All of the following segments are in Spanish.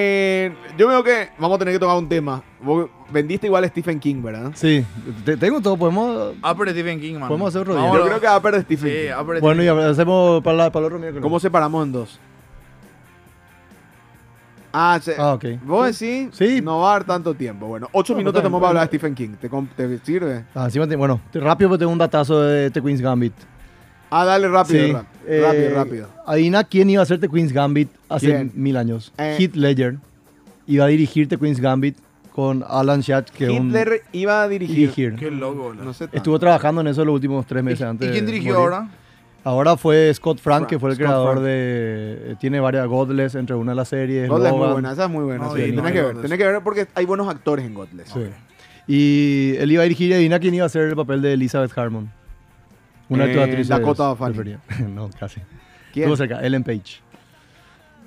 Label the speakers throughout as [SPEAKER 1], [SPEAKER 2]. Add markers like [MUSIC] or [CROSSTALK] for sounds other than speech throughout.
[SPEAKER 1] eh, yo veo que vamos a tener que tocar un tema. Vos vendiste igual a Stephen King, ¿verdad?
[SPEAKER 2] Sí, te- tengo todo, pues, podemos...
[SPEAKER 3] Upper Stephen King, man.
[SPEAKER 2] Podemos hacer otro día.
[SPEAKER 3] Vamos,
[SPEAKER 1] Yo creo que va a perder Stephen
[SPEAKER 3] Sí,
[SPEAKER 1] King.
[SPEAKER 3] Upper
[SPEAKER 2] Bueno, y
[SPEAKER 3] Stephen
[SPEAKER 2] hacemos para, la- para el otro miércoles.
[SPEAKER 1] ¿Cómo separamos en dos? Ah, se-
[SPEAKER 2] Ah, ok.
[SPEAKER 1] vos decís,
[SPEAKER 2] Sí.
[SPEAKER 1] no va a dar tanto tiempo. Bueno, ocho
[SPEAKER 2] No,
[SPEAKER 1] minutos
[SPEAKER 2] está bien,
[SPEAKER 1] tenemos para hablar de
[SPEAKER 2] está
[SPEAKER 1] Stephen King. ¿Te, com- te sirve?
[SPEAKER 2] Ah, encima te- bueno, te- rápido, pero tengo un datazo de The Queen's Gambit.
[SPEAKER 1] Ah, dale rápido,
[SPEAKER 2] Sí,
[SPEAKER 1] rap-
[SPEAKER 2] eh,
[SPEAKER 1] rápido, rápido.
[SPEAKER 2] Adivina quién iba a ser The Queen's Gambit hace
[SPEAKER 1] ¿Quién?
[SPEAKER 2] mil años.
[SPEAKER 1] Eh.
[SPEAKER 2] Heath Ledger iba a dirigir The Queen's Gambit con Alan Schatz, que es un
[SPEAKER 1] Hitler iba a dirigir.
[SPEAKER 2] dirigir.
[SPEAKER 3] King. Qué loco,
[SPEAKER 1] No sé tanto.
[SPEAKER 2] Estuvo trabajando en eso los últimos tres
[SPEAKER 3] ¿Y,
[SPEAKER 2] meses antes.
[SPEAKER 3] y quién
[SPEAKER 2] de
[SPEAKER 3] dirigió
[SPEAKER 2] morir.
[SPEAKER 3] ahora?
[SPEAKER 2] Ahora fue Scott Frank,
[SPEAKER 1] Frank,
[SPEAKER 2] que fue el
[SPEAKER 1] Scott
[SPEAKER 2] creador
[SPEAKER 1] Frank.
[SPEAKER 2] de. Tiene varias Godless entre una de las series.
[SPEAKER 1] Godless es muy
[SPEAKER 2] Logan.
[SPEAKER 1] buena, esa es muy buena.
[SPEAKER 3] No,
[SPEAKER 1] sí,
[SPEAKER 3] sí,
[SPEAKER 1] tenés
[SPEAKER 3] no,
[SPEAKER 1] que
[SPEAKER 3] no,
[SPEAKER 1] ver,
[SPEAKER 3] no,
[SPEAKER 1] tenés
[SPEAKER 3] sí.
[SPEAKER 1] que ver porque hay buenos actores en Godless.
[SPEAKER 2] Sí. Y él iba a dirigir y adivina quién iba a ser el papel de Elizabeth Harmon. Una de tus
[SPEAKER 1] Eh,
[SPEAKER 2] actrices.
[SPEAKER 1] Dakota Fanning.
[SPEAKER 2] preferidas. [LAUGHS] no, casi.
[SPEAKER 1] ¿Quién?
[SPEAKER 2] Estuvo cerca, Ellen Page.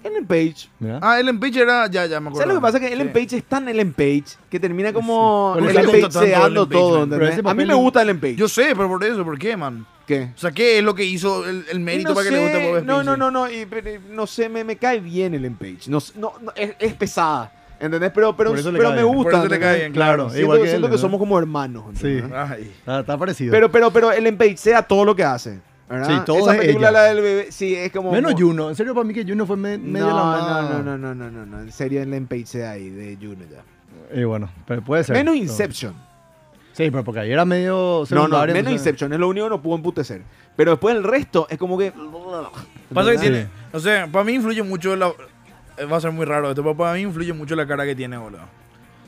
[SPEAKER 1] Ellen Page.
[SPEAKER 2] ¿Mira?
[SPEAKER 3] Ah, Ellen Page era. Ya, ya me acuerdo.
[SPEAKER 1] ¿Sabes lo que pasa? Que Ellen
[SPEAKER 3] Sí.
[SPEAKER 1] Page es tan Ellen Page que termina como
[SPEAKER 2] Sí. Por eso
[SPEAKER 1] Ellen
[SPEAKER 2] me
[SPEAKER 1] Page
[SPEAKER 3] gusta tanto
[SPEAKER 1] seando
[SPEAKER 3] Ellen Page,
[SPEAKER 1] todo.
[SPEAKER 3] man.
[SPEAKER 1] ¿entendés?
[SPEAKER 2] Pero ese
[SPEAKER 1] A mí
[SPEAKER 2] papel
[SPEAKER 1] me
[SPEAKER 2] en-
[SPEAKER 1] gusta Ellen Page.
[SPEAKER 3] Yo sé, pero por eso, ¿por qué, man?
[SPEAKER 1] ¿Qué?
[SPEAKER 3] O sea, ¿qué es lo que hizo el, el
[SPEAKER 1] Y
[SPEAKER 3] mérito
[SPEAKER 1] no
[SPEAKER 3] para que le guste Bob
[SPEAKER 1] sé, no,
[SPEAKER 3] Esponja?
[SPEAKER 1] no, no, no, y, pero, eh, no sé, me, me cae bien Ellen Page. No, s- no, no, es, es pesada, ¿entendés? Pero, pero,
[SPEAKER 2] Por eso le
[SPEAKER 1] pero
[SPEAKER 2] cae
[SPEAKER 1] me
[SPEAKER 2] bien.
[SPEAKER 1] gusta.
[SPEAKER 3] Por eso le
[SPEAKER 1] ¿entendés?
[SPEAKER 3] cae bien, claro.
[SPEAKER 2] Claro.
[SPEAKER 1] Siento,
[SPEAKER 2] Igual que
[SPEAKER 1] siento
[SPEAKER 2] Ellen,
[SPEAKER 1] que
[SPEAKER 2] ¿no?
[SPEAKER 1] somos como hermanos. ¿entendés?
[SPEAKER 2] Sí.
[SPEAKER 3] Ay.
[SPEAKER 2] Está, está parecido.
[SPEAKER 1] Pero, pero, pero Ellen Page sea todo lo que hace. ¿verdad?
[SPEAKER 2] Sí, todo
[SPEAKER 1] Esa
[SPEAKER 2] es
[SPEAKER 1] película,
[SPEAKER 2] ella.
[SPEAKER 1] la del bebé, sí, es como.
[SPEAKER 2] Menos
[SPEAKER 1] como-
[SPEAKER 2] Juno. En serio, para mí que Juno fue me- medio
[SPEAKER 1] no,
[SPEAKER 2] la
[SPEAKER 1] no,
[SPEAKER 2] más-
[SPEAKER 1] no, no, no, no, no, no. En serio, Ellen Page sea ahí, de Juno ya.
[SPEAKER 2] Y bueno, pero puede ser.
[SPEAKER 1] menos
[SPEAKER 2] No.
[SPEAKER 1] Inception.
[SPEAKER 2] Sí, pero porque ahí era medio
[SPEAKER 1] No, no,
[SPEAKER 2] secundaria,
[SPEAKER 1] menos
[SPEAKER 2] sé.
[SPEAKER 1] Inception. Es lo único que no pudo emputecer. Pero después el resto es como que.
[SPEAKER 3] Pasa que
[SPEAKER 1] ¿Verdad?
[SPEAKER 3] tiene. O sea, para mí influye mucho la. eh, Va a ser muy raro esto, pero para mí influye mucho la cara que tiene, boludo.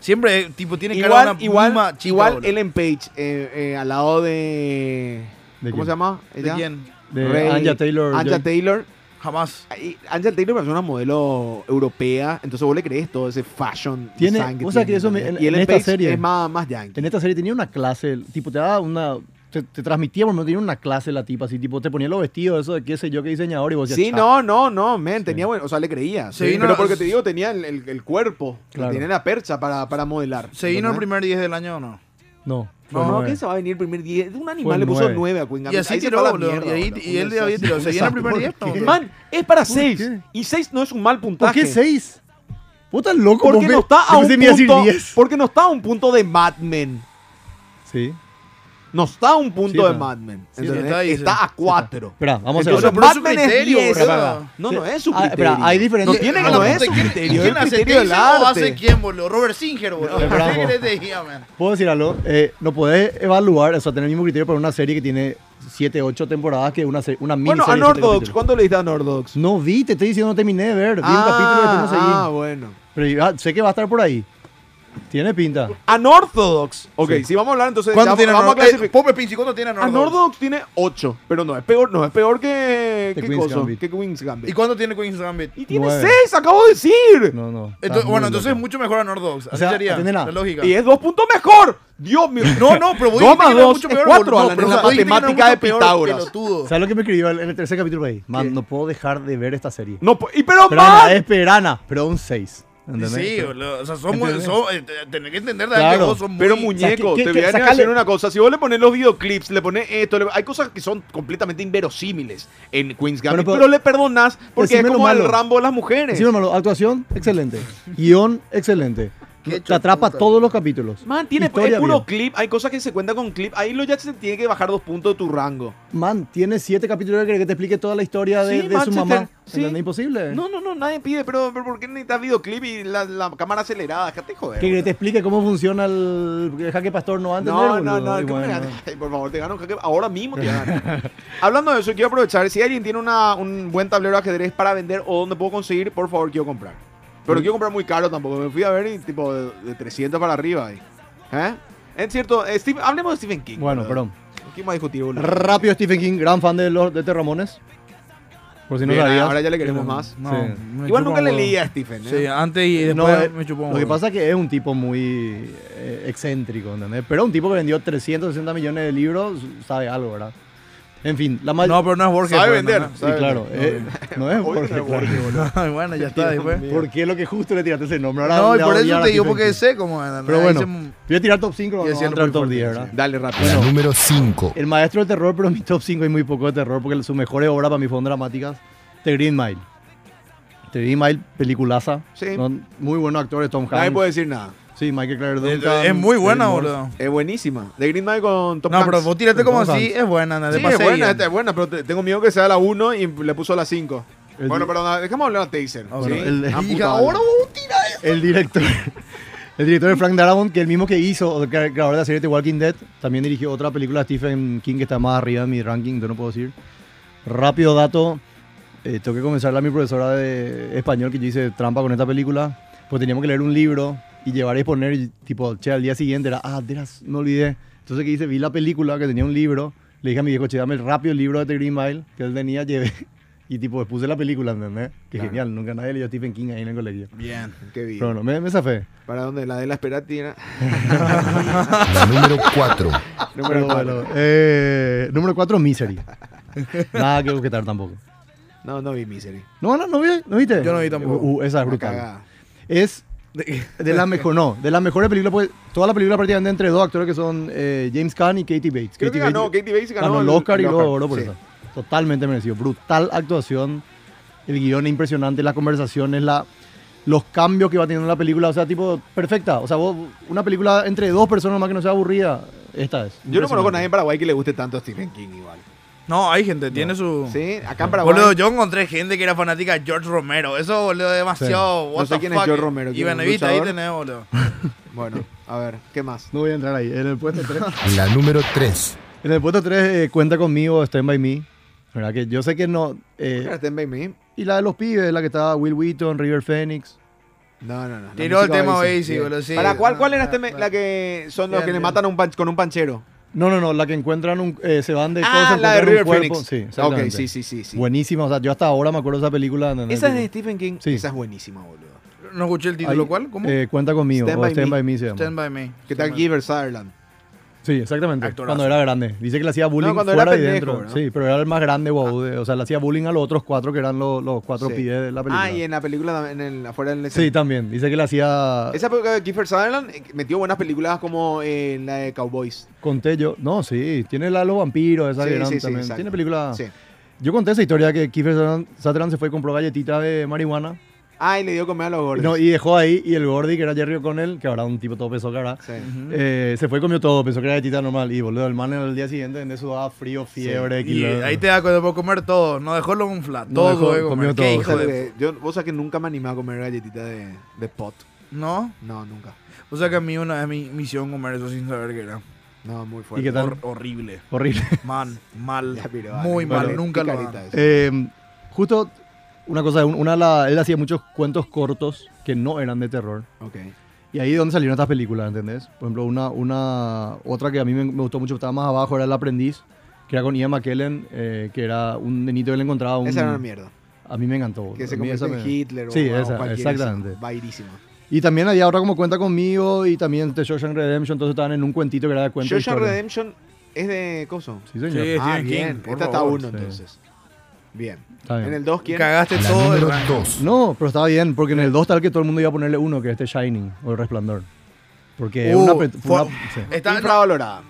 [SPEAKER 3] Siempre, eh, tipo, tiene cara de
[SPEAKER 1] Igual,
[SPEAKER 3] una
[SPEAKER 1] igual,
[SPEAKER 3] misma chica,
[SPEAKER 1] igual
[SPEAKER 3] boludo.
[SPEAKER 1] Ellen Page eh, eh, al lado de.
[SPEAKER 2] ¿De
[SPEAKER 1] ¿Cómo
[SPEAKER 2] quién?
[SPEAKER 1] se llama?
[SPEAKER 3] ¿De quién?
[SPEAKER 2] De Anja Taylor.
[SPEAKER 1] Anja
[SPEAKER 2] Joy.
[SPEAKER 1] Taylor.
[SPEAKER 3] Jamás.
[SPEAKER 1] Y Anja Taylor es una modelo europea, entonces vos le crees todo ese fashion
[SPEAKER 2] Tiene-
[SPEAKER 1] design que
[SPEAKER 2] o sea,
[SPEAKER 1] tiene,
[SPEAKER 2] que eso me-
[SPEAKER 1] ¿entendés?
[SPEAKER 2] en-
[SPEAKER 1] y Ellen
[SPEAKER 2] en esta
[SPEAKER 1] Page
[SPEAKER 2] serie-
[SPEAKER 1] es más, más yankee.
[SPEAKER 2] En esta serie tenía una clase, tipo, te daba una. Te, te transmitía, por no tenía una clase la tipa, así, tipo, te ponía los vestidos, eso de qué sé yo, qué diseñador, y vos decías,
[SPEAKER 1] Sí,
[SPEAKER 2] "Cha".
[SPEAKER 1] no, no, no, men, tenía bueno, o sea, le creía.
[SPEAKER 3] Se
[SPEAKER 1] sí,
[SPEAKER 3] vino-
[SPEAKER 1] pero porque te digo, tenía el, el- el cuerpo,
[SPEAKER 2] Claro.
[SPEAKER 1] tenía la percha para, para modelar.
[SPEAKER 3] ¿Se vino el
[SPEAKER 1] ¿entendés?
[SPEAKER 3] primer 10 del año o no?
[SPEAKER 2] No. fue
[SPEAKER 1] No,
[SPEAKER 2] nueve.
[SPEAKER 1] ¿qué se va a venir el primer 10? Un
[SPEAKER 2] Fue
[SPEAKER 1] animal le puso
[SPEAKER 2] nueve.
[SPEAKER 1] 9 a Queen
[SPEAKER 3] Y
[SPEAKER 1] Gambit.
[SPEAKER 3] así
[SPEAKER 1] Ahí se
[SPEAKER 3] tiró,
[SPEAKER 1] fue a la
[SPEAKER 3] boludo.
[SPEAKER 1] mierda,
[SPEAKER 3] y, ahí-
[SPEAKER 1] boludo.
[SPEAKER 3] y él le había tirado. ¿Se viene el primer 10?
[SPEAKER 2] ¿Por qué?
[SPEAKER 1] Man, es para
[SPEAKER 2] ¿Por
[SPEAKER 1] 6.
[SPEAKER 2] qué?
[SPEAKER 1] Y 6 no es un mal puntaje.
[SPEAKER 2] ¿Por qué seis? Puta loco,
[SPEAKER 1] Porque
[SPEAKER 2] vos
[SPEAKER 1] no
[SPEAKER 2] me-
[SPEAKER 1] está a
[SPEAKER 2] yo
[SPEAKER 1] un
[SPEAKER 2] pensé que me iba decir
[SPEAKER 1] punto.
[SPEAKER 2] diez.
[SPEAKER 1] Porque no está a un punto de Mad Men.
[SPEAKER 2] Sí.
[SPEAKER 1] No está a un punto
[SPEAKER 2] Sí,
[SPEAKER 1] de
[SPEAKER 2] no.
[SPEAKER 1] Mad Men.
[SPEAKER 3] Sí,
[SPEAKER 1] ¿entendés?
[SPEAKER 3] está ahí, sí.
[SPEAKER 1] está a 4.
[SPEAKER 2] Espera, vamos a
[SPEAKER 1] Entonces,
[SPEAKER 2] ver.
[SPEAKER 3] pero
[SPEAKER 1] Mad
[SPEAKER 3] su
[SPEAKER 1] Men es
[SPEAKER 3] criterio,
[SPEAKER 1] 10.
[SPEAKER 3] boludo.
[SPEAKER 1] No, no es su
[SPEAKER 2] Ah,
[SPEAKER 1] criterio.
[SPEAKER 2] espera, hay diferentes-
[SPEAKER 1] No tiene
[SPEAKER 2] Ah,
[SPEAKER 1] no
[SPEAKER 2] no,
[SPEAKER 1] es su
[SPEAKER 3] ¿quién-
[SPEAKER 1] criterio.
[SPEAKER 3] ¿Quién
[SPEAKER 1] es
[SPEAKER 3] hace
[SPEAKER 1] criterio
[SPEAKER 3] qué?
[SPEAKER 1] del
[SPEAKER 3] ¿O
[SPEAKER 1] arte.
[SPEAKER 3] hace quién, boludo? Robert Singer, boludo.
[SPEAKER 2] No, bravo.
[SPEAKER 3] ¿Qué crees que decía, man?
[SPEAKER 2] Puedo decir algo, Eh, no podés evaluar, o sea, tener el mismo criterio para una serie que tiene 7, 8 temporadas que una, se- una mini
[SPEAKER 1] Bueno, a
[SPEAKER 2] serie. de siete
[SPEAKER 1] Nordox.
[SPEAKER 2] capítulos.
[SPEAKER 1] ¿Cuánto le diste a Nordox?
[SPEAKER 2] No vi, te estoy diciendo, no terminé de ver. Vi un capítulo y después no seguí.
[SPEAKER 1] Ah, bueno.
[SPEAKER 2] Pero ah, sé que va a estar por ahí. Tiene pinta.
[SPEAKER 1] Unorthodox. Ok,
[SPEAKER 2] Sí.
[SPEAKER 1] si vamos a hablar entonces.
[SPEAKER 3] ¿Cuánto
[SPEAKER 1] ya
[SPEAKER 3] tiene
[SPEAKER 1] vamos a
[SPEAKER 3] Nordox? Eh,
[SPEAKER 1] clasificar.
[SPEAKER 3] Pope Pinci, ¿cuánto tiene Nordox?
[SPEAKER 1] Unorthodox tiene 8, pero no, es peor, no, es peor que.
[SPEAKER 2] Que
[SPEAKER 1] ¿Qué
[SPEAKER 2] Queen's
[SPEAKER 1] cosa?
[SPEAKER 2] Gambit.
[SPEAKER 1] Que Queen's Gambit.
[SPEAKER 3] ¿Y cuánto tiene Queen's Gambit?
[SPEAKER 1] Y tiene
[SPEAKER 2] Nueve.
[SPEAKER 1] 6, acabo de decir.
[SPEAKER 2] No, no. está
[SPEAKER 3] Entonces-
[SPEAKER 2] muy
[SPEAKER 3] bueno, entonces es
[SPEAKER 2] loco.
[SPEAKER 3] mucho mejor a Nordox. Así
[SPEAKER 2] sea,
[SPEAKER 3] sería
[SPEAKER 2] atendela.
[SPEAKER 3] la lógica.
[SPEAKER 1] Y es dos puntos mejor. Dios mío.
[SPEAKER 3] No, no, pero voy a
[SPEAKER 1] Dos
[SPEAKER 3] decir
[SPEAKER 1] más
[SPEAKER 3] que era
[SPEAKER 1] dos
[SPEAKER 3] mucho
[SPEAKER 1] es
[SPEAKER 3] peor,
[SPEAKER 1] cuatro,
[SPEAKER 3] boludo.
[SPEAKER 1] Alan,
[SPEAKER 3] Pero
[SPEAKER 1] es la
[SPEAKER 3] vos dijiste que era
[SPEAKER 1] matemática
[SPEAKER 3] mucho
[SPEAKER 1] de
[SPEAKER 3] peor,
[SPEAKER 1] Pitágoras.
[SPEAKER 3] pelotudo.
[SPEAKER 2] ¿Sabes lo que me escribió en el tercer capítulo por ahí? Man, no puedo dejar de ver esta serie.
[SPEAKER 1] No, po- y pero,
[SPEAKER 2] Perana,
[SPEAKER 1] man,
[SPEAKER 2] es Perana, pero un 6.
[SPEAKER 3] Sí, boludo. O sea, somos.
[SPEAKER 2] ¿Entendés?
[SPEAKER 3] somos- eh, te- Tenés que entender de
[SPEAKER 2] Claro.
[SPEAKER 3] que vos sos muy.
[SPEAKER 1] Pero
[SPEAKER 2] sea, que-
[SPEAKER 1] muñeco,
[SPEAKER 2] que-
[SPEAKER 1] te
[SPEAKER 2] que
[SPEAKER 1] voy a
[SPEAKER 2] sacale-
[SPEAKER 1] decir una cosa. Si vos le pones los videoclips, le pones esto, le- hay cosas que son completamente inverosímiles en Queen's Gambit,
[SPEAKER 2] Bueno, pero-
[SPEAKER 1] pero, le perdonas porque es
[SPEAKER 2] Decime lo
[SPEAKER 1] como el
[SPEAKER 2] malo.
[SPEAKER 1] Rambo de las mujeres.
[SPEAKER 2] Sí, hermano, actuación, excelente. Guión, excelente.
[SPEAKER 3] Qué
[SPEAKER 2] Te atrapa
[SPEAKER 3] chuputa.
[SPEAKER 2] todos los capítulos.
[SPEAKER 1] Man, tiene es
[SPEAKER 2] Historia
[SPEAKER 1] puro
[SPEAKER 2] bien.
[SPEAKER 1] clip, hay cosas que se cuentan con clip, ahí lo ya se tiene que bajar dos puntos de tu rango.
[SPEAKER 2] Man, tiene siete capítulos que te explique toda la historia de,
[SPEAKER 1] Sí,
[SPEAKER 2] de su
[SPEAKER 1] Manchester,
[SPEAKER 2] mamá.
[SPEAKER 1] sí.
[SPEAKER 2] ¿Entendés? Imposible.
[SPEAKER 1] No, no, no, nadie pide, pero, pero ¿por qué necesitas videoclip y la, la cámara acelerada? Déjate joder.
[SPEAKER 2] Que
[SPEAKER 1] boludo.
[SPEAKER 2] te explique cómo funciona el el jaque pastor no antes.
[SPEAKER 1] No, no, no, ¿cómo me ganas? Ay, por favor, te gano un jaque- Ahora mismo te gano. [LAUGHS] Hablando de eso, quiero aprovechar. Si alguien tiene una- un buen tablero de ajedrez para vender o donde puedo conseguir, por favor, quiero comprar. Pero
[SPEAKER 2] Mm.
[SPEAKER 1] quiero comprar muy caro tampoco. Me fui a ver y tipo de, de 300 para arriba. ahí. ¿Eh? Es cierto, eh, Steve- hablemos de Stephen King.
[SPEAKER 2] Bueno,
[SPEAKER 1] boludo.
[SPEAKER 2] perdón.
[SPEAKER 1] ¿Quién va a discutir, boludo?
[SPEAKER 2] Rápido Stephen King, gran fan de los de Terramones. Por si no
[SPEAKER 1] Bien,
[SPEAKER 2] sabías.
[SPEAKER 1] ahora ya le queremos más.
[SPEAKER 3] No,
[SPEAKER 2] Sí.
[SPEAKER 1] Igual
[SPEAKER 3] me chupa
[SPEAKER 1] nunca
[SPEAKER 3] un
[SPEAKER 1] le
[SPEAKER 3] huevo.
[SPEAKER 1] leía a Stephen. ¿eh?
[SPEAKER 3] Sí, antes y
[SPEAKER 2] No,
[SPEAKER 3] después
[SPEAKER 2] eh,
[SPEAKER 3] me chupó un
[SPEAKER 2] lo que
[SPEAKER 3] huevo.
[SPEAKER 2] pasa es que es un tipo muy eh, excéntrico, ¿entendés? Pero un tipo que vendió 360 millones de libros, sabe algo, ¿verdad? En fin, la mayoría...
[SPEAKER 3] No, pero no es Borges.
[SPEAKER 1] Sabe
[SPEAKER 3] pues,
[SPEAKER 1] vender.
[SPEAKER 3] no, no.
[SPEAKER 2] Sí,
[SPEAKER 1] sabe,
[SPEAKER 2] claro.
[SPEAKER 1] no,
[SPEAKER 2] eh, [LAUGHS] no es
[SPEAKER 1] Obvio que no
[SPEAKER 2] Borges,
[SPEAKER 1] es
[SPEAKER 2] claro.
[SPEAKER 1] Borges, boludo.
[SPEAKER 3] Ay, bueno, ya está.
[SPEAKER 1] Dios
[SPEAKER 3] después.
[SPEAKER 1] mío.
[SPEAKER 2] ¿Por qué lo que justo le tiraste ese nombre? Ahora
[SPEAKER 3] No, y
[SPEAKER 2] le
[SPEAKER 3] por
[SPEAKER 2] odiar
[SPEAKER 3] eso
[SPEAKER 2] a
[SPEAKER 3] te digo,
[SPEAKER 2] Stephen
[SPEAKER 3] porque
[SPEAKER 2] King.
[SPEAKER 3] sé cómo era.
[SPEAKER 2] Pero
[SPEAKER 3] Ahí
[SPEAKER 2] bueno,
[SPEAKER 3] se-
[SPEAKER 2] voy a tirar top 5, no
[SPEAKER 3] Y
[SPEAKER 2] vamos a
[SPEAKER 3] decía
[SPEAKER 2] entrar
[SPEAKER 3] lo
[SPEAKER 2] top
[SPEAKER 3] muy
[SPEAKER 2] 10,
[SPEAKER 3] fuerte,
[SPEAKER 2] ¿verdad?
[SPEAKER 1] Dale rápido.
[SPEAKER 4] La número 5.
[SPEAKER 2] El maestro del terror, pero en mi top 5 hay muy poco de terror, porque sus mejores obras para mí fueron dramáticas. The Green Mile. Te Mile, peliculaza.
[SPEAKER 1] Sí.
[SPEAKER 2] No, muy buenos actores, Tom
[SPEAKER 1] Nadie
[SPEAKER 2] Hanks.
[SPEAKER 1] puede decir nada.
[SPEAKER 2] Sí, Michael Clare
[SPEAKER 3] Es-
[SPEAKER 2] Duncan.
[SPEAKER 3] es muy buena,
[SPEAKER 2] Demi Moore.
[SPEAKER 3] boludo.
[SPEAKER 1] Es buenísima. The Green Mile con Tom
[SPEAKER 3] No,
[SPEAKER 1] Hanks.
[SPEAKER 3] pero vos tirate como
[SPEAKER 2] Tom
[SPEAKER 3] así,
[SPEAKER 2] Hanks.
[SPEAKER 3] es buena, no te
[SPEAKER 1] Sí, es
[SPEAKER 3] pases
[SPEAKER 1] buena, este
[SPEAKER 3] bien.
[SPEAKER 1] esta es buena, pero te- tengo miedo que sea la 1 y le puso la 5.
[SPEAKER 2] El-
[SPEAKER 1] Bueno, perdón, dejemos hablar a Taser.
[SPEAKER 3] Ah,
[SPEAKER 1] ¿sí?
[SPEAKER 3] bueno,
[SPEAKER 2] el-
[SPEAKER 1] Ah,
[SPEAKER 2] y
[SPEAKER 1] puta
[SPEAKER 2] ahora
[SPEAKER 1] madre.
[SPEAKER 2] El director. [LAUGHS] El director de Frank Darabont, que el mismo que hizo, o el gra- creador de la serie The Walking Dead, también dirigió otra película de Stephen King que está más arriba en mi ranking, yo no puedo decir. Rápido dato, eh, tengo que comenzarle a mi profesora de español que yo hice trampa con esta película, pues teníamos que leer un libro y llevar a exponer, y, tipo, che, al día siguiente era, ah, deras, me olvidé. Entonces, ¿qué hice? Vi la película que tenía un libro, le dije a mi viejo, che, dame el rápido el libro de The Green Mile que él tenía, llevé [LAUGHS] y tipo, puse la película, ¿entendés? Que
[SPEAKER 1] Claro.
[SPEAKER 2] genial, nunca nadie leyó a Stephen King ahí en el colegio.
[SPEAKER 3] Bien.
[SPEAKER 1] Qué bien.
[SPEAKER 2] Pero no, me, me zafé.
[SPEAKER 1] ¿Para dónde? La de la Esperati era.
[SPEAKER 4] Número 4.
[SPEAKER 1] Número cuatro.
[SPEAKER 2] Pero bueno, eh, número 4, Misery. Nada que objetar tampoco.
[SPEAKER 1] No, no vi Misery.
[SPEAKER 2] No, no, no, vi- ¿no viste.
[SPEAKER 3] Yo no vi tampoco.
[SPEAKER 2] Uh, uh, esa es
[SPEAKER 1] Una
[SPEAKER 2] brutal.
[SPEAKER 1] cagada.
[SPEAKER 2] Es de las mejor, no, de las mejores películas, pues toda la película prácticamente entre dos actores que son eh, James Caan y Katie Bates.
[SPEAKER 1] Creo que
[SPEAKER 2] Katie
[SPEAKER 1] ganó,
[SPEAKER 2] Bates
[SPEAKER 1] Katie Bates ganó,
[SPEAKER 2] ganó el Oscar y luego
[SPEAKER 1] Oscar,
[SPEAKER 2] por
[SPEAKER 1] sí.
[SPEAKER 2] eso. Totalmente merecido. Brutal actuación, el guión es impresionante, las conversaciones, la, los cambios que va teniendo la película, o sea, tipo, perfecta. O sea, vos- una película entre dos personas más que no sea aburrida, esta es.
[SPEAKER 1] Yo no conozco a
[SPEAKER 2] Impresionante.
[SPEAKER 1] nadie en Paraguay que le guste tanto a Stephen King igual.
[SPEAKER 3] No, hay gente, tiene su...
[SPEAKER 1] Sí, acá en Paraguay.
[SPEAKER 3] Oh. Boludo, yo encontré gente que era fanática de George Romero. Eso, boludo, es demasiado. what
[SPEAKER 1] No sé
[SPEAKER 3] the
[SPEAKER 1] quién es
[SPEAKER 3] fuck.
[SPEAKER 1] George Romero,
[SPEAKER 3] Y
[SPEAKER 1] ¿quién es?
[SPEAKER 3] Benevita, ahí
[SPEAKER 1] ¿Luchador?
[SPEAKER 3] tenés, boludo.
[SPEAKER 1] Bueno, a ver, ¿qué más?
[SPEAKER 2] No voy a entrar ahí. En el puesto 3.
[SPEAKER 4] La número 3.
[SPEAKER 2] [LAUGHS] en el puesto 3 cuenta conmigo Stand By Me. ¿Verdad? Que yo sé que no. eh,
[SPEAKER 1] Espera, Stand By Me.
[SPEAKER 2] y la de los pibes, la que estaba Will Wheaton, River Phoenix.
[SPEAKER 1] No, no, no. la
[SPEAKER 3] Tiró el
[SPEAKER 1] música
[SPEAKER 3] tema
[SPEAKER 1] Oasis.
[SPEAKER 3] Oasis,
[SPEAKER 1] Bien.
[SPEAKER 3] boludo, sí.
[SPEAKER 1] ¿Para cuál,
[SPEAKER 3] No,
[SPEAKER 1] cuál era
[SPEAKER 3] no,
[SPEAKER 1] este me-
[SPEAKER 3] no.
[SPEAKER 1] la que son los
[SPEAKER 3] Bien,
[SPEAKER 1] que le
[SPEAKER 3] bien.
[SPEAKER 1] matan a un pan- con un panchero?
[SPEAKER 2] No, no, no. La que encuentran un. eh, se van de. todos
[SPEAKER 1] ah,
[SPEAKER 2] se
[SPEAKER 1] la de
[SPEAKER 2] encuentran un
[SPEAKER 1] River
[SPEAKER 2] cuerpo.
[SPEAKER 1] Phoenix.
[SPEAKER 2] Sí,
[SPEAKER 1] ok,
[SPEAKER 2] exactamente.
[SPEAKER 1] sí, sí, sí. sí.
[SPEAKER 2] Buenísima. O sea, yo hasta ahora me acuerdo de esa película. ¿no?
[SPEAKER 1] Esa es de Stephen King.
[SPEAKER 2] Sí.
[SPEAKER 1] Esa es buenísima, boludo.
[SPEAKER 3] No escuché el título,
[SPEAKER 2] Ahí,
[SPEAKER 3] ¿cuál? ¿Cómo?
[SPEAKER 2] eh, cuenta conmigo.
[SPEAKER 1] Stand
[SPEAKER 2] o
[SPEAKER 1] by
[SPEAKER 2] Stand
[SPEAKER 1] Me.
[SPEAKER 2] by Me se llama.
[SPEAKER 3] Stand by me.
[SPEAKER 1] ¿Qué tal
[SPEAKER 3] Stand by me.
[SPEAKER 1] Giver Sutherland?
[SPEAKER 2] Sí, exactamente.
[SPEAKER 3] Actorazo.
[SPEAKER 2] Cuando era grande. Dice que le hacía bullying
[SPEAKER 1] No, cuando era
[SPEAKER 2] fuera y
[SPEAKER 1] pendejo,
[SPEAKER 2] dentro.
[SPEAKER 1] ¿no?
[SPEAKER 2] Sí, pero era el más grande, wow. de- o sea, le hacía bullying a los otros cuatro que eran los, los cuatro
[SPEAKER 1] Sí.
[SPEAKER 2] pibes de la película.
[SPEAKER 1] Ah, y en la película, tam- en el, afuera del
[SPEAKER 2] Sí, también. Dice que le hacía.
[SPEAKER 1] Esa época de Kiefer Sutherland eh, metió buenas películas como eh, la de Cowboys.
[SPEAKER 2] Conté yo. No, sí. Tiene la de los vampiros, esa
[SPEAKER 1] Sí,
[SPEAKER 2] que eran
[SPEAKER 1] sí, sí,
[SPEAKER 2] también.
[SPEAKER 1] exacto.
[SPEAKER 2] Tiene película.
[SPEAKER 1] Sí.
[SPEAKER 2] Yo conté esa historia que Kiefer Sutherland- Sutherland se fue y compró galletita de marihuana.
[SPEAKER 1] Ah, y le dio comer a los gordos.
[SPEAKER 2] No, y dejó ahí. Y el Gordy, que era Jerry O'Connell, que ahora un tipo todo peso que ahora.
[SPEAKER 1] Sí.
[SPEAKER 3] Ujú.
[SPEAKER 2] eh, se fue y comió todo, pensó que era galletita normal. Y boludo, el man al día siguiente en eso daba frío, fiebre,
[SPEAKER 3] Y
[SPEAKER 2] quilombo.
[SPEAKER 3] ahí te da cuenta por comer todo. No dejó lo un flat.
[SPEAKER 2] No
[SPEAKER 3] todo,
[SPEAKER 2] dejó-
[SPEAKER 3] eh, comer.
[SPEAKER 2] comió
[SPEAKER 3] ¿Qué
[SPEAKER 2] todo.
[SPEAKER 1] O sea,
[SPEAKER 3] hijo de-
[SPEAKER 1] que yo, vos sabés que nunca me animé a comer galletitas de, de pot.
[SPEAKER 3] ¿No?
[SPEAKER 1] No, nunca.
[SPEAKER 3] O sea que a mí una vez mi misión comer eso sin saber qué era.
[SPEAKER 1] No, muy
[SPEAKER 2] ¿Y qué
[SPEAKER 1] fuerte.
[SPEAKER 2] tal?
[SPEAKER 3] Hor- horrible.
[SPEAKER 2] Horrible.
[SPEAKER 3] Man,
[SPEAKER 1] [LAUGHS]
[SPEAKER 3] mal.
[SPEAKER 1] Ya, pero,
[SPEAKER 3] muy
[SPEAKER 1] vale,
[SPEAKER 3] mal.
[SPEAKER 1] vale,
[SPEAKER 3] nunca lo
[SPEAKER 1] picarita
[SPEAKER 3] hagan.
[SPEAKER 1] eso.
[SPEAKER 2] Eh, justo una cosa, un- una la- él hacía muchos cuentos cortos que no eran de terror.
[SPEAKER 1] Ok.
[SPEAKER 2] Y ahí es donde salieron estas películas, ¿entendés? Por ejemplo, una, una otra que a mí me, me gustó mucho, estaba más abajo, era El Aprendiz, que era con Ian McKellen, eh, que era un nenito que le encontraba un...
[SPEAKER 1] Esa era una mierda.
[SPEAKER 2] A mí me encantó.
[SPEAKER 1] Que se
[SPEAKER 2] a mí
[SPEAKER 1] convierte
[SPEAKER 2] esa
[SPEAKER 1] en
[SPEAKER 2] me-
[SPEAKER 1] Hitler o,
[SPEAKER 2] Sí,
[SPEAKER 1] o
[SPEAKER 2] esa,
[SPEAKER 1] cualquier
[SPEAKER 2] exactamente.
[SPEAKER 1] esa. Vairísima.
[SPEAKER 2] Y también había otra como Cuenta Conmigo y también The Shawshank Redemption, entonces estaban en un cuentito que era de cuento
[SPEAKER 1] Shawshank
[SPEAKER 2] historia.
[SPEAKER 1] Redemption es de Coso.
[SPEAKER 2] Sí, señor.
[SPEAKER 3] Sí.
[SPEAKER 1] Ah,
[SPEAKER 3] Stephen
[SPEAKER 1] bien.
[SPEAKER 3] King, por
[SPEAKER 1] Esta está
[SPEAKER 3] favor.
[SPEAKER 1] uno
[SPEAKER 2] Sí.
[SPEAKER 1] entonces. Bien.
[SPEAKER 2] Está bien.
[SPEAKER 1] En el 2, ¿quién?
[SPEAKER 3] Cagaste
[SPEAKER 4] La
[SPEAKER 3] todo.
[SPEAKER 4] número
[SPEAKER 3] hermano.
[SPEAKER 4] 2.
[SPEAKER 2] No, pero estaba bien, porque en el 2 tal que todo el mundo iba a ponerle uno, que es este Shining o El Resplandor. Porque
[SPEAKER 3] Uh,
[SPEAKER 2] Eh, una, pe- fue
[SPEAKER 3] fue-
[SPEAKER 2] una- sí.
[SPEAKER 3] Está,
[SPEAKER 1] infravalorada.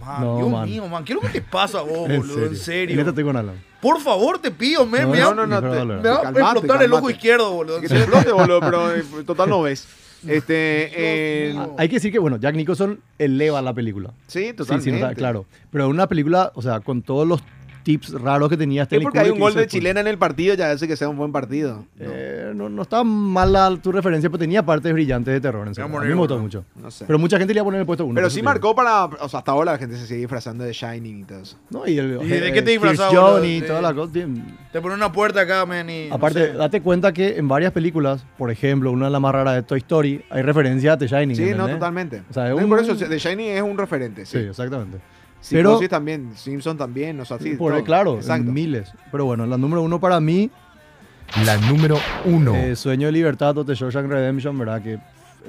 [SPEAKER 3] Man,
[SPEAKER 2] No,
[SPEAKER 3] Dios
[SPEAKER 2] man.
[SPEAKER 3] mío, man. ¿Qué es lo que te pasa a vos,
[SPEAKER 2] [LAUGHS] En
[SPEAKER 3] boludo? En
[SPEAKER 2] En
[SPEAKER 3] serio.
[SPEAKER 2] esta estoy con Alan.
[SPEAKER 3] Por favor, te pido, men.
[SPEAKER 2] No,
[SPEAKER 3] me
[SPEAKER 2] no,
[SPEAKER 3] va-
[SPEAKER 1] No, no, no. te-
[SPEAKER 2] Infravalorada.
[SPEAKER 3] me va a
[SPEAKER 1] calmate,
[SPEAKER 3] explotar el
[SPEAKER 1] calmate.
[SPEAKER 3] ojo izquierdo, boludo.
[SPEAKER 1] Que se explote, boludo, pero eh, total no ves.
[SPEAKER 3] [LAUGHS]
[SPEAKER 1] Este,
[SPEAKER 3] Dios
[SPEAKER 1] el-
[SPEAKER 3] mío.
[SPEAKER 2] Ah, Hay que decir que, bueno, Jack Nicholson eleva la película.
[SPEAKER 1] sí,
[SPEAKER 2] Sí, sí,
[SPEAKER 1] totalmente.
[SPEAKER 2] no está- claro. Pero una película, o sea, con todos los tips raros que tenía
[SPEAKER 1] Es
[SPEAKER 2] Stanley
[SPEAKER 1] porque hay
[SPEAKER 2] Kubrick
[SPEAKER 1] un gol
[SPEAKER 2] hizo
[SPEAKER 1] de
[SPEAKER 2] el-
[SPEAKER 1] chilena en el partido, ya hace que sea un buen partido.
[SPEAKER 2] Eh, no, no está mala tu referencia, pero tenía partes brillantes de terror. En
[SPEAKER 3] Me
[SPEAKER 2] serio.
[SPEAKER 3] voy a
[SPEAKER 2] A mí
[SPEAKER 3] morir,
[SPEAKER 2] me gustó
[SPEAKER 3] boludo.
[SPEAKER 2] mucho.
[SPEAKER 1] No sé.
[SPEAKER 2] Pero
[SPEAKER 1] Pero,
[SPEAKER 2] mucha gente le iba a poner en el puesto uno. por eso
[SPEAKER 1] sí
[SPEAKER 2] te digo.
[SPEAKER 1] marcó para. O sea, hasta ahora la gente se sigue disfrazando de Shining y todo eso.
[SPEAKER 2] No, y, el,
[SPEAKER 3] ¿Y de qué te
[SPEAKER 2] Here's
[SPEAKER 3] disfrazabas,
[SPEAKER 2] Johnny y
[SPEAKER 3] boludo?
[SPEAKER 2] toda
[SPEAKER 3] Sí.
[SPEAKER 2] la cosa. bien.
[SPEAKER 3] Te pone una puerta acá, men. Y, no
[SPEAKER 2] Aparte,
[SPEAKER 3] sé.
[SPEAKER 2] date cuenta que en varias películas, por ejemplo, una de las más raras de Toy Story, hay referencia a The Shining.
[SPEAKER 1] Sí, no,
[SPEAKER 2] ¿entendés?
[SPEAKER 1] totalmente.
[SPEAKER 2] O sea, es
[SPEAKER 1] No, y
[SPEAKER 2] un-
[SPEAKER 1] Por eso, The Shining es un referente.
[SPEAKER 2] Sí,
[SPEAKER 1] Sí.
[SPEAKER 2] exactamente. pero-
[SPEAKER 1] Psicosis también, Simpson también, o sea, sí.
[SPEAKER 2] Por-
[SPEAKER 1] todo.
[SPEAKER 2] claro,
[SPEAKER 1] Exacto.
[SPEAKER 2] miles. Pero bueno, la número uno para mí
[SPEAKER 4] La número 1.
[SPEAKER 2] Eh, Sueño de Libertad o The Shawshank Redemption, ¿verdad? Que es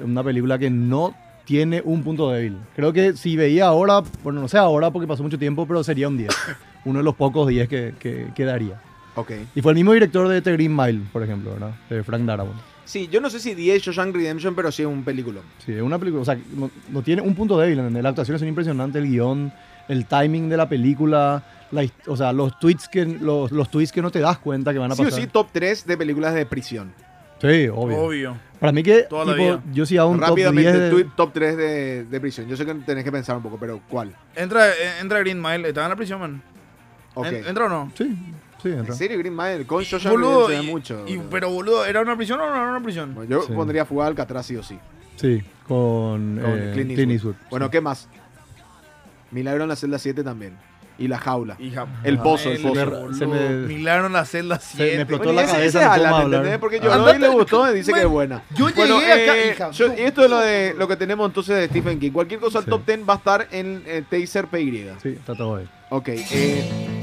[SPEAKER 2] una película que no tiene un punto débil. Creo que si veía ahora, bueno, no sé ahora porque pasó mucho tiempo, pero sería un 10.
[SPEAKER 1] [COUGHS]
[SPEAKER 2] Uno de los pocos 10 que, que, que daría.
[SPEAKER 1] Ok.
[SPEAKER 2] Y fue el mismo director de The Green Mile, por ejemplo, ¿verdad? De Frank Darabont.
[SPEAKER 1] Sí, yo no sé si 10 Shawshank Redemption, pero sí es un peliculón.
[SPEAKER 2] Sí, es una película, o sea, no, no tiene un punto débil, ¿entendés? Las actuaciones son impresionantes, el guión, el timing de la película, la his- o sea, los tweets, que, los, los tweets que Ah, no te das cuenta que van a
[SPEAKER 1] Sí o
[SPEAKER 2] pasar.
[SPEAKER 1] sí, top 3 de películas de prisión.
[SPEAKER 2] Sí, obvio.
[SPEAKER 3] Obvio.
[SPEAKER 2] Para mí que,
[SPEAKER 3] Toda la
[SPEAKER 2] tipo,
[SPEAKER 3] vida.
[SPEAKER 2] yo sí hago un top 10
[SPEAKER 1] Rápidamente,
[SPEAKER 2] de-
[SPEAKER 1] tweet, top 3 de, de prisión. Yo sé que tenés que pensar un poco, pero ¿cuál?
[SPEAKER 3] Entra, eh, entra Green Mile, estaba en la prisión, man.
[SPEAKER 1] Ok.
[SPEAKER 3] En- ¿Entra o no?
[SPEAKER 2] Sí, sí, entra.
[SPEAKER 1] ¿En serio, Green Mile? Con Shoshan
[SPEAKER 3] Boludo, y-
[SPEAKER 1] mucho.
[SPEAKER 3] y-
[SPEAKER 1] boludo.
[SPEAKER 3] pero boludo, ¿era una prisión o no era una prisión?
[SPEAKER 1] Bueno, yo
[SPEAKER 2] Sí.
[SPEAKER 1] pondría fuga Alcatraz sí o sí.
[SPEAKER 2] Sí,
[SPEAKER 1] Con
[SPEAKER 2] con, eh,
[SPEAKER 1] Clint Eastwood.
[SPEAKER 2] Clint Eastwood.
[SPEAKER 1] Bueno, ¿qué más? Milagro en la celda 7 también. Y la jaula.
[SPEAKER 3] Hija,
[SPEAKER 1] El pozo, el
[SPEAKER 3] ponele,
[SPEAKER 1] pozo.
[SPEAKER 3] boludo.
[SPEAKER 2] Se me-
[SPEAKER 3] Milaron la celda 7.
[SPEAKER 2] explotó
[SPEAKER 1] Bueno,
[SPEAKER 2] la
[SPEAKER 1] ese-
[SPEAKER 2] cabeza,
[SPEAKER 1] ese
[SPEAKER 2] no puedo
[SPEAKER 1] Alan,
[SPEAKER 2] más hablar.
[SPEAKER 1] ¿entendés? Porque
[SPEAKER 2] Ah.
[SPEAKER 1] lloró y le gustó y dice que es buena.
[SPEAKER 3] yo llegué
[SPEAKER 1] Bueno,
[SPEAKER 3] acá,
[SPEAKER 1] eh,
[SPEAKER 3] hija.
[SPEAKER 1] yo- y esto es lo de lo que tenemos entonces de Stephen King. Cualquier cosa al
[SPEAKER 2] Sí.
[SPEAKER 1] top 10 va a estar en el Taser PY.
[SPEAKER 2] Sí, está todo bien.
[SPEAKER 1] Ok. eh,